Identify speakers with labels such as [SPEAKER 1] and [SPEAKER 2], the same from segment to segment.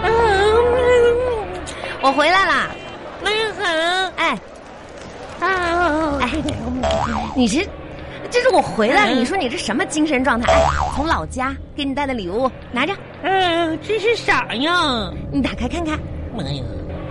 [SPEAKER 1] 嗯
[SPEAKER 2] 我回来啦！
[SPEAKER 1] 没人，
[SPEAKER 2] 哎
[SPEAKER 1] 啊，
[SPEAKER 2] 哎，你这这是我回来了，
[SPEAKER 1] 嗯
[SPEAKER 2] 你说你这什么精神状态？哎，从老家给你带的礼物，拿着，
[SPEAKER 1] 嗯，这是啥呀？
[SPEAKER 2] 你打开看看。
[SPEAKER 1] 妈呀，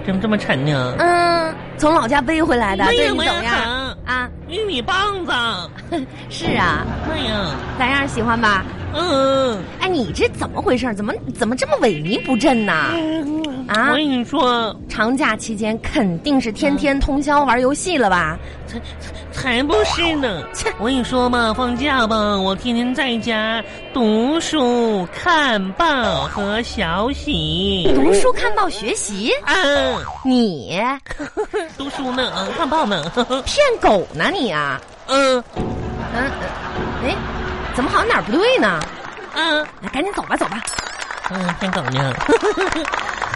[SPEAKER 1] 怎么这么沉呢？
[SPEAKER 2] 嗯，从老家背回来的，
[SPEAKER 1] 哎
[SPEAKER 2] 对
[SPEAKER 1] 呀
[SPEAKER 2] 你
[SPEAKER 1] 妈
[SPEAKER 2] 怎么样？
[SPEAKER 1] 呀，
[SPEAKER 2] 啊，
[SPEAKER 1] 玉米棒子，
[SPEAKER 2] 是啊，
[SPEAKER 1] 妈呀，
[SPEAKER 2] 咋样？喜欢吧？
[SPEAKER 1] 嗯
[SPEAKER 2] 哎，你这怎么回事？怎么怎么这么萎靡不振呢？
[SPEAKER 1] 嗯
[SPEAKER 2] 啊
[SPEAKER 1] 我跟你说，
[SPEAKER 2] 长假期间肯定是天天通宵玩游戏了吧？
[SPEAKER 1] 才才才不是呢
[SPEAKER 2] 切！
[SPEAKER 1] 我跟你说嘛，放假吧，我天天在家读书、看报和小喜。
[SPEAKER 2] 读书、看报、学习，
[SPEAKER 1] 啊，
[SPEAKER 2] 你
[SPEAKER 1] 读书呢，嗯看报呢。
[SPEAKER 2] 骗狗呢你啊？
[SPEAKER 1] 嗯
[SPEAKER 2] 嗯，呃哎，怎么好像哪儿不对呢？
[SPEAKER 1] 嗯
[SPEAKER 2] 哎，赶紧走吧，走吧。
[SPEAKER 1] 嗯，骗狗呢。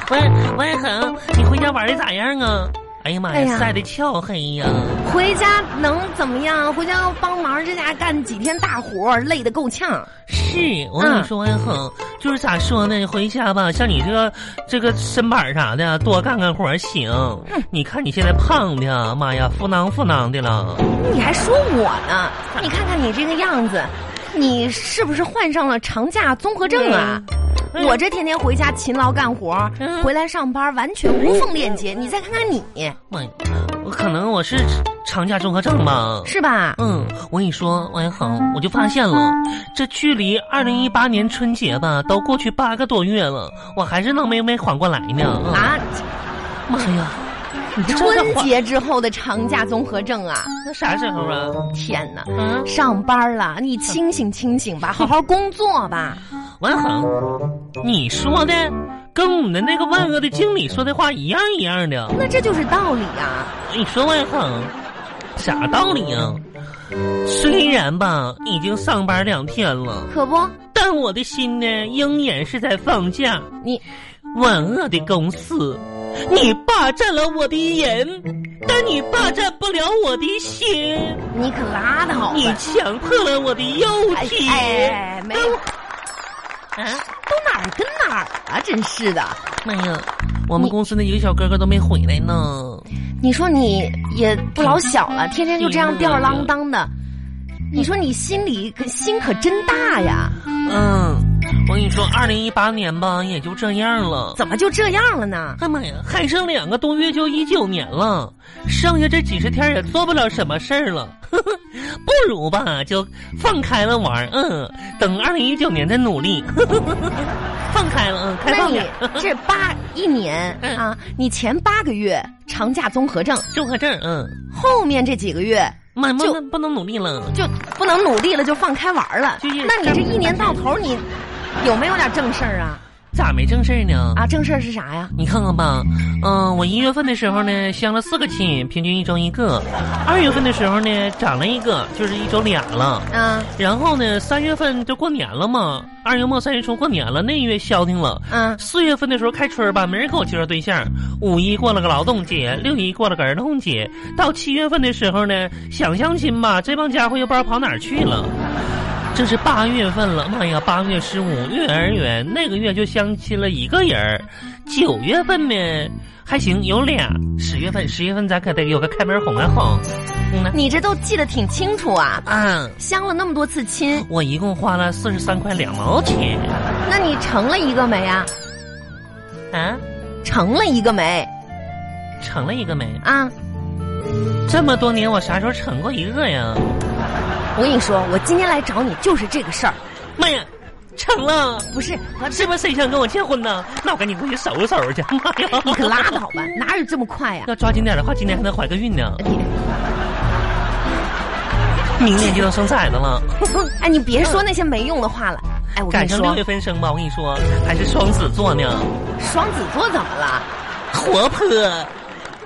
[SPEAKER 1] 喂喂恒，你回家玩的咋样啊？哎呀妈
[SPEAKER 2] 哎
[SPEAKER 1] 呀，
[SPEAKER 2] 呀
[SPEAKER 1] 晒得俏黑呀！
[SPEAKER 2] 回家能怎么样？回家帮忙，这家干几天大活，累得够呛。
[SPEAKER 1] 是，我跟你
[SPEAKER 2] 嗯
[SPEAKER 1] 说，哎恒，就是咋说呢？回家吧，像你这个这个身板啥的，多干干活儿行。
[SPEAKER 2] 嗯
[SPEAKER 1] 你看你现在胖的，妈呀，腹囊腹囊的了。
[SPEAKER 2] 你还说我呢？你看看你这个样子，你是不是患上了长假综合症啊？
[SPEAKER 1] 嗯
[SPEAKER 2] 我这天天回家勤劳干活
[SPEAKER 1] 嗯，
[SPEAKER 2] 回来上班完全无缝链接。你再看看你，
[SPEAKER 1] 妈呀，我可能我是长假综合症吧。
[SPEAKER 2] 是吧？
[SPEAKER 1] 嗯，我跟你说，王一恒，我就发现了，这距离二零一八年春节吧，都过去八个多月了，我还是弄没没缓过来呢。嗯，
[SPEAKER 2] 啊，
[SPEAKER 1] 妈呀，你 这是
[SPEAKER 2] 春
[SPEAKER 1] 缓
[SPEAKER 2] 节之后的长假综合症啊！
[SPEAKER 1] 那啥时候啊？
[SPEAKER 2] 天哪，
[SPEAKER 1] 嗯，
[SPEAKER 2] 上班了，你清醒清醒 吧，好好工作吧。
[SPEAKER 1] 王一恒，你说的跟我们的那个万恶的经理说的话一样一样的。
[SPEAKER 2] 那这就是道理啊！
[SPEAKER 1] 你说王一恒，啥道理啊？虽然吧，已经上班两天了。
[SPEAKER 2] 可不，
[SPEAKER 1] 但我的心呢，仍然是在放假。
[SPEAKER 2] 你
[SPEAKER 1] 万恶的公司，你霸占了我的人，但你霸占不了我的心。
[SPEAKER 2] 你可拉倒吧！
[SPEAKER 1] 你强迫了我的肉
[SPEAKER 2] 哎
[SPEAKER 1] 体。
[SPEAKER 2] 哎哎，没有，都
[SPEAKER 1] 啊，
[SPEAKER 2] 哪儿跟哪儿啊？真是的。
[SPEAKER 1] 妈呀！我们公司那一个小哥哥都没回来呢。
[SPEAKER 2] 你说你也不老小了，天天就这样吊儿郎当的，你说你心里可心可真大呀？
[SPEAKER 1] 嗯，我跟你说，二零一八年吧，也就这样了。
[SPEAKER 2] 怎么就这样了呢？
[SPEAKER 1] 哎妈呀，还剩两个多月就一九年了，剩下这几十天也做不了什么事儿了， 呵呵，不如吧就放开了玩儿，嗯，等二零一九年再努力， 呵呵呵呵放开了，嗯，开
[SPEAKER 2] 那
[SPEAKER 1] 放
[SPEAKER 2] 你
[SPEAKER 1] 点，
[SPEAKER 2] 这八一年
[SPEAKER 1] 嗯
[SPEAKER 2] 啊，你前八个月长假综合症，
[SPEAKER 1] 综合症，嗯，
[SPEAKER 2] 后面这几个月
[SPEAKER 1] 妈，不
[SPEAKER 2] 就
[SPEAKER 1] 能不能努力了，
[SPEAKER 2] 就不能努力了，就放开玩了。
[SPEAKER 1] 就一
[SPEAKER 2] 那你这一年到头，你有没有点正事儿啊？
[SPEAKER 1] 咋没正事儿呢？
[SPEAKER 2] 啊，正事儿是啥呀？
[SPEAKER 1] 你看看吧，嗯，我一月份的时候呢相了四个亲，平均一周一个；二月份的时候呢长了一个，就是一周俩了。
[SPEAKER 2] 啊，
[SPEAKER 1] 然后呢，三月份就过年了嘛，二月末三月初过年了，那一月消停了。
[SPEAKER 2] 嗯
[SPEAKER 1] 四月份的时候开春儿吧，没人给我介绍对象。五一过了个劳动节，六一过了个儿童节，到七月份的时候呢，想相亲吧，这帮家伙又不知道跑哪儿去了。这是八月份了，妈呀，八月十五幼儿园那个月就相亲了一个人儿。九月份呢还行，有俩。十月份，十月份咱可得有个开门红啊红。嗯呢，
[SPEAKER 2] 你这都记得挺清楚啊，
[SPEAKER 1] 啊，
[SPEAKER 2] 相了那么多次亲，
[SPEAKER 1] 我一共花了四十三块两毛钱
[SPEAKER 2] 那你成了一个没啊？
[SPEAKER 1] 啊，
[SPEAKER 2] 成了一个没
[SPEAKER 1] 成了一个没？
[SPEAKER 2] 啊？
[SPEAKER 1] 这么多年我啥时候成过一个呀？
[SPEAKER 2] 我跟你说，我今天来找你就是这个事儿，
[SPEAKER 1] 妈呀，成了！
[SPEAKER 2] 不是我这
[SPEAKER 1] 是不是谁想跟我结婚呢？那我赶紧回去收拾收拾去。 妈呀，
[SPEAKER 2] 你可拉倒 吧，哪有这么快啊呀、
[SPEAKER 1] 要抓紧点的话，今年还能怀个孕呢，
[SPEAKER 2] 你
[SPEAKER 1] 明年就要生崽子了。
[SPEAKER 2] 哎，你别说那些没用的话了。哎，我跟
[SPEAKER 1] 赶
[SPEAKER 2] 你
[SPEAKER 1] 上六
[SPEAKER 2] 说
[SPEAKER 1] 月，份生吧，我跟你说，还是双子座呢，
[SPEAKER 2] 双子座怎么了？
[SPEAKER 1] 活泼。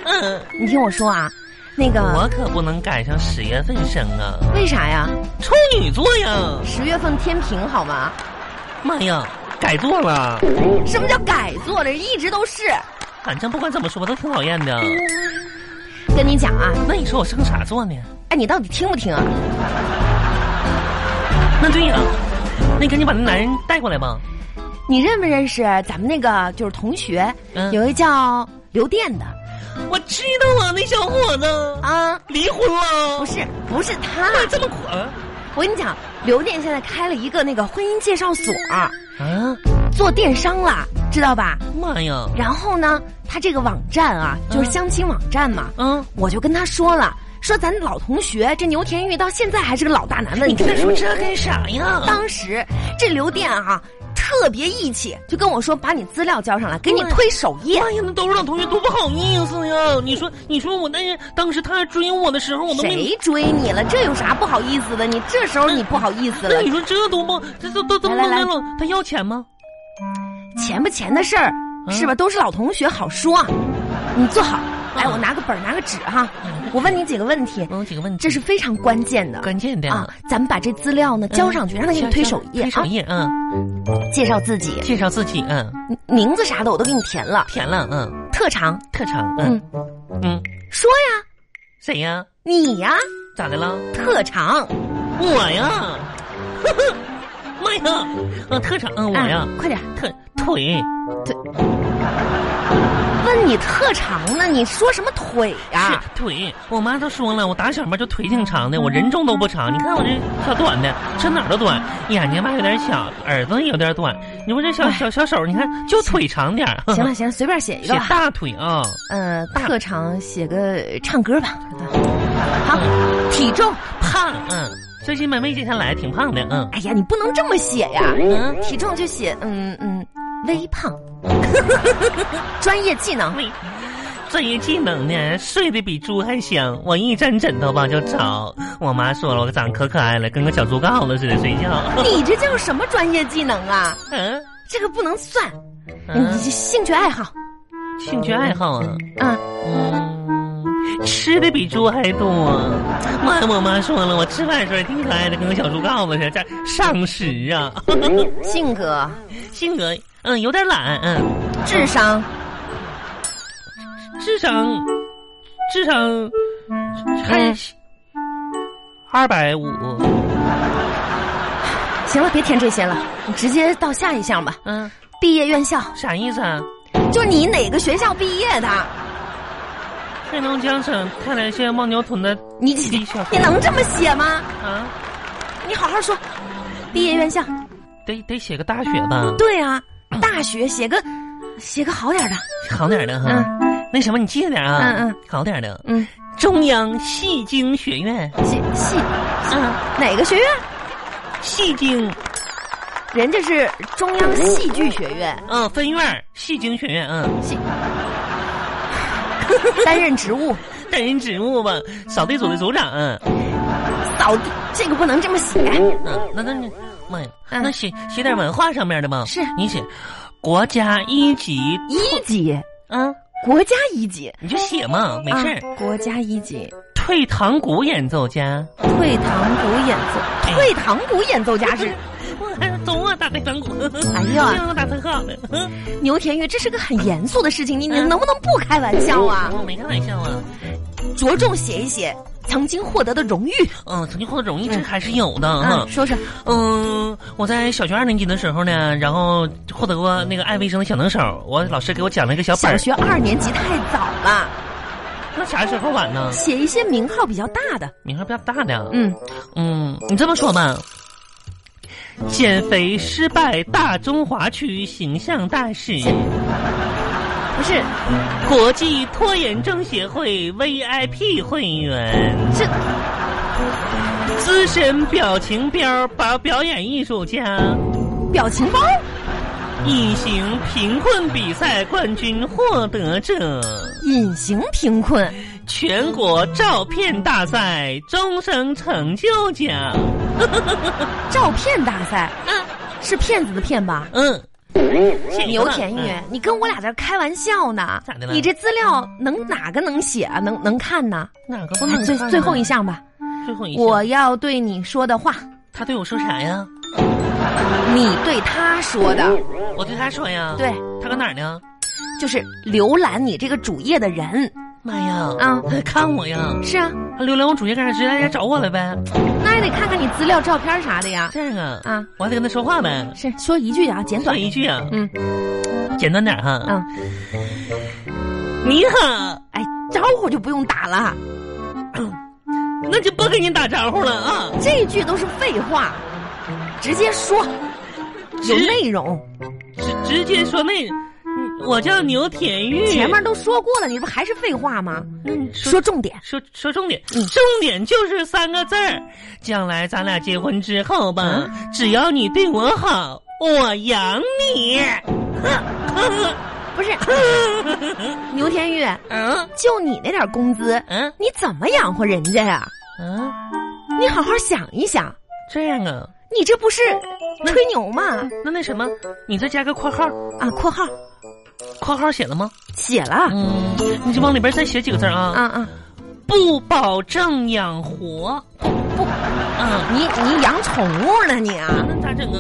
[SPEAKER 1] 嗯，
[SPEAKER 2] 你听我说啊，那个
[SPEAKER 1] 我可不能赶上十月份生啊，
[SPEAKER 2] 为啥呀？
[SPEAKER 1] 处女座呀！
[SPEAKER 2] 十月份天平好吗？
[SPEAKER 1] 妈呀，改座了。
[SPEAKER 2] 什么叫改座了？一直都是。
[SPEAKER 1] 反正不管怎么说，我都挺讨厌的。
[SPEAKER 2] 跟你讲啊，
[SPEAKER 1] 那你说我生啥座呢？
[SPEAKER 2] 哎，你到底听不听啊？
[SPEAKER 1] 那对呀、那你赶紧把那男人带过来吧。
[SPEAKER 2] 你认不认识咱们那个就是同学，
[SPEAKER 1] 嗯
[SPEAKER 2] 有一叫留电的
[SPEAKER 1] 我知道啊，那小伙子
[SPEAKER 2] 啊，
[SPEAKER 1] 离婚了，
[SPEAKER 2] 不是不是他，
[SPEAKER 1] 那这么苦啊？
[SPEAKER 2] 我跟你讲，留电现在开了一个那个婚姻介绍所，
[SPEAKER 1] 啊，
[SPEAKER 2] 做电商啦，知道吧？
[SPEAKER 1] 妈呀！
[SPEAKER 2] 然后呢，他这个网站啊，就是
[SPEAKER 1] 嗯
[SPEAKER 2] 相亲网站嘛，
[SPEAKER 1] 嗯，
[SPEAKER 2] 我就跟他说了，说咱老同学这牛田玉到现在还是个老大难问
[SPEAKER 1] 你
[SPEAKER 2] 题。
[SPEAKER 1] 跟他说这干啥呀？
[SPEAKER 2] 当时这刘店啊特别义气，就跟我说把你资料交上来，给你推首页。
[SPEAKER 1] 哎呀，那都是老同学，多不好意思呀！你说，你说我那当时他追我的时候，我都没。
[SPEAKER 2] 谁追你了？这有啥不好意思的？你这时候你不好意思
[SPEAKER 1] 那
[SPEAKER 2] 了
[SPEAKER 1] 你，说这多不，这都都都
[SPEAKER 2] 来来来
[SPEAKER 1] 了，他要钱吗？
[SPEAKER 2] 钱不钱的事儿
[SPEAKER 1] 嗯
[SPEAKER 2] 是吧？都是老同学，好说。你坐好，来，我拿个本儿，拿个纸哈，我问你几个问题，
[SPEAKER 1] 嗯，几个问题，
[SPEAKER 2] 这是非常关键的
[SPEAKER 1] 关键的
[SPEAKER 2] 啊。咱们把这资料呢
[SPEAKER 1] 嗯
[SPEAKER 2] 交上去，让他给你推
[SPEAKER 1] 行
[SPEAKER 2] 首
[SPEAKER 1] 行
[SPEAKER 2] 页
[SPEAKER 1] 推首
[SPEAKER 2] 啊，
[SPEAKER 1] 页，嗯，
[SPEAKER 2] 介绍自己，
[SPEAKER 1] 介绍自己，嗯，
[SPEAKER 2] 名字啥的我都给你填了，
[SPEAKER 1] 填了，嗯，
[SPEAKER 2] 特长，
[SPEAKER 1] 特长，
[SPEAKER 2] 嗯
[SPEAKER 1] 嗯，嗯，
[SPEAKER 2] 说呀，
[SPEAKER 1] 谁呀？
[SPEAKER 2] 你呀，
[SPEAKER 1] 咋的了？
[SPEAKER 2] 特 长，
[SPEAKER 1] 我呀，妈呀，嗯，特长，嗯，我呀，
[SPEAKER 2] 哎快点。
[SPEAKER 1] 特腿，
[SPEAKER 2] 啊问你特长呢？你说什么腿呀、
[SPEAKER 1] 是腿，我妈都说了，我打小嘛就腿挺长的，我人中都不长。你看我这小短的，这哪儿都短，眼睛吧有点小，耳朵有点短。你说这小小小手，你看就腿长点儿。
[SPEAKER 2] 哎 行了，行了，随便写一
[SPEAKER 1] 写
[SPEAKER 2] 个吧。
[SPEAKER 1] 大腿啊、
[SPEAKER 2] 呃，特长写个唱歌吧。好，体重。
[SPEAKER 1] 胖，嗯，最近没没减下来，挺胖的，嗯。
[SPEAKER 2] 哎呀，你不能这么写呀。
[SPEAKER 1] 嗯
[SPEAKER 2] 体重就写嗯嗯，微胖。专业技能，
[SPEAKER 1] 喂，这一技能呢，睡得比猪还香。我一沾枕头吧就着，我妈说了，我长可可爱了，跟个小猪羔子似的睡觉。
[SPEAKER 2] 你这叫什么专业技能啊？
[SPEAKER 1] 嗯、
[SPEAKER 2] 这个不能算。
[SPEAKER 1] 嗯、
[SPEAKER 2] 你这兴趣爱好
[SPEAKER 1] 兴趣爱好啊。
[SPEAKER 2] 啊，
[SPEAKER 1] 嗯，吃的比猪还多。啊妈，我妈说了，我吃饭时候挺可爱的，跟个小猪羔子似的，在上食啊。
[SPEAKER 2] 性格、
[SPEAKER 1] 性格，嗯，有点懒，嗯，
[SPEAKER 2] 智商、
[SPEAKER 1] 智商，智商还
[SPEAKER 2] 嗯
[SPEAKER 1] 二百五，
[SPEAKER 2] 行了，别填这些了，你直接到下一项吧。
[SPEAKER 1] 嗯，
[SPEAKER 2] 毕业院校，
[SPEAKER 1] 啥意思啊？
[SPEAKER 2] 就是你哪个学校毕业的？
[SPEAKER 1] 黑龙江省泰来县望牛屯的
[SPEAKER 2] 你
[SPEAKER 1] 第一校
[SPEAKER 2] 你能这么写吗？
[SPEAKER 1] 啊，
[SPEAKER 2] 你好好说。毕业院校，
[SPEAKER 1] 得得写个大学吧，
[SPEAKER 2] 对啊，大学写个写个好点儿的，
[SPEAKER 1] 好点儿的哈。那什么，你记着点啊，
[SPEAKER 2] 嗯嗯，
[SPEAKER 1] 好点儿的，
[SPEAKER 2] 嗯，
[SPEAKER 1] 中央戏精学院，
[SPEAKER 2] 戏戏
[SPEAKER 1] 嗯。
[SPEAKER 2] 哪个学院？
[SPEAKER 1] 戏精，
[SPEAKER 2] 人家是中央戏剧学院，
[SPEAKER 1] 嗯，分院儿戏精学院，嗯，
[SPEAKER 2] 戏担任职务
[SPEAKER 1] 担任职务吧，扫地组的组长，嗯，
[SPEAKER 2] 扫地，这个不能这么写。
[SPEAKER 1] 嗯那那那，妈呀，
[SPEAKER 2] 嗯
[SPEAKER 1] 那写写点文化上面的吧，
[SPEAKER 2] 是
[SPEAKER 1] 你写国家一级，
[SPEAKER 2] 一级，
[SPEAKER 1] 嗯，
[SPEAKER 2] 国家一级，
[SPEAKER 1] 你就写嘛，没事儿。
[SPEAKER 2] 啊国家一级，
[SPEAKER 1] 退堂鼓演奏家，
[SPEAKER 2] 退堂鼓演奏，退堂鼓演奏家是
[SPEAKER 1] 我还 总我打退堂鼓，
[SPEAKER 2] 哎 呀
[SPEAKER 1] 我打特好的，嗯
[SPEAKER 2] 牛田玉，这是个很严肃的事情，你你
[SPEAKER 1] 嗯
[SPEAKER 2] 能不能不开玩笑啊？
[SPEAKER 1] 我没开玩笑啊，
[SPEAKER 2] 着重写一写曾经获得的荣誉。
[SPEAKER 1] 嗯，曾经获得荣誉这还是有的，
[SPEAKER 2] 嗯，
[SPEAKER 1] 嗯。
[SPEAKER 2] 说说
[SPEAKER 1] 嗯，我在小学二年级的时候呢，然后获得过那个爱卫生的小能手，我老师给我讲了一个小本
[SPEAKER 2] 小
[SPEAKER 1] 儿，
[SPEAKER 2] 学二年级太早了，
[SPEAKER 1] 那啥时候晚呢？
[SPEAKER 2] 写一些名号比较大的。
[SPEAKER 1] 名号比较大的。
[SPEAKER 2] 嗯，
[SPEAKER 1] 嗯，你这么说吧，减肥失败大中华区形象大使，
[SPEAKER 2] 不是，
[SPEAKER 1] 国际拖延症协会 VIP 会员，
[SPEAKER 2] 这
[SPEAKER 1] 资深表情标表表演艺术家，
[SPEAKER 2] 表情包
[SPEAKER 1] 隐形贫困比赛冠军获得者，
[SPEAKER 2] 隐形贫困，
[SPEAKER 1] 全国照片大赛终生成就奖。
[SPEAKER 2] 照片大赛，是骗子的骗吧？
[SPEAKER 1] 嗯，谢
[SPEAKER 2] 牛
[SPEAKER 1] 了
[SPEAKER 2] 田玉
[SPEAKER 1] 嗯，
[SPEAKER 2] 你跟我俩在这开玩笑呢
[SPEAKER 1] 咋的？了
[SPEAKER 2] 你这资料能哪个能写啊？能能看呢？
[SPEAKER 1] 哪个不能
[SPEAKER 2] 最
[SPEAKER 1] 看
[SPEAKER 2] 最
[SPEAKER 1] 呢
[SPEAKER 2] 后一项吧，
[SPEAKER 1] 最后一项
[SPEAKER 2] 我要对你说的话，
[SPEAKER 1] 他对我说啥呀？
[SPEAKER 2] 你对他说的，
[SPEAKER 1] 我对他说呀。
[SPEAKER 2] 对，
[SPEAKER 1] 他搁哪儿呢？
[SPEAKER 2] 就是浏览你这个主页的人
[SPEAKER 1] 妈呀！
[SPEAKER 2] 啊。
[SPEAKER 1] 他看我呀！
[SPEAKER 2] 是啊，
[SPEAKER 1] 他浏览我主页干啥？直接来
[SPEAKER 2] 嗯
[SPEAKER 1] 家找我来呗。
[SPEAKER 2] 那也得看看你资料、照片啥的呀。
[SPEAKER 1] 这个
[SPEAKER 2] 啊，
[SPEAKER 1] 我还得跟他说话呗。
[SPEAKER 2] 是说一句啊，简短
[SPEAKER 1] 短。一句啊，
[SPEAKER 2] 嗯
[SPEAKER 1] 简短点儿哈。
[SPEAKER 2] 嗯，
[SPEAKER 1] 你好，
[SPEAKER 2] 哎，招呼就不用打了，
[SPEAKER 1] 那就不跟你打招呼了啊。
[SPEAKER 2] 这句都是废话，直接说，有
[SPEAKER 1] 直
[SPEAKER 2] 内容。
[SPEAKER 1] 直直接说那，嗯我叫牛田玉。
[SPEAKER 2] 前面都说过了，你不还是废话吗？
[SPEAKER 1] 嗯
[SPEAKER 2] 说重点，
[SPEAKER 1] 说说重点，
[SPEAKER 2] 嗯
[SPEAKER 1] 重点就是三个字儿。将来咱俩结婚之后吧，
[SPEAKER 2] 嗯
[SPEAKER 1] 只要你对我好，我养你。
[SPEAKER 2] 不是牛天玉，
[SPEAKER 1] 嗯
[SPEAKER 2] 就你那点工资，
[SPEAKER 1] 嗯
[SPEAKER 2] 你怎么养活人家呀？
[SPEAKER 1] 嗯，
[SPEAKER 2] 你好好想一想，
[SPEAKER 1] 这样啊？
[SPEAKER 2] 你这不是吹牛吗？
[SPEAKER 1] 那那什么，你再加个括号，
[SPEAKER 2] 啊，括号
[SPEAKER 1] 括号写了吗？
[SPEAKER 2] 写 了，
[SPEAKER 1] 嗯，你就往里边再写几个字儿啊。
[SPEAKER 2] 啊啊，
[SPEAKER 1] 不保证养活，不，嗯，
[SPEAKER 2] 你你养宠物呢你啊？
[SPEAKER 1] 那咋整啊？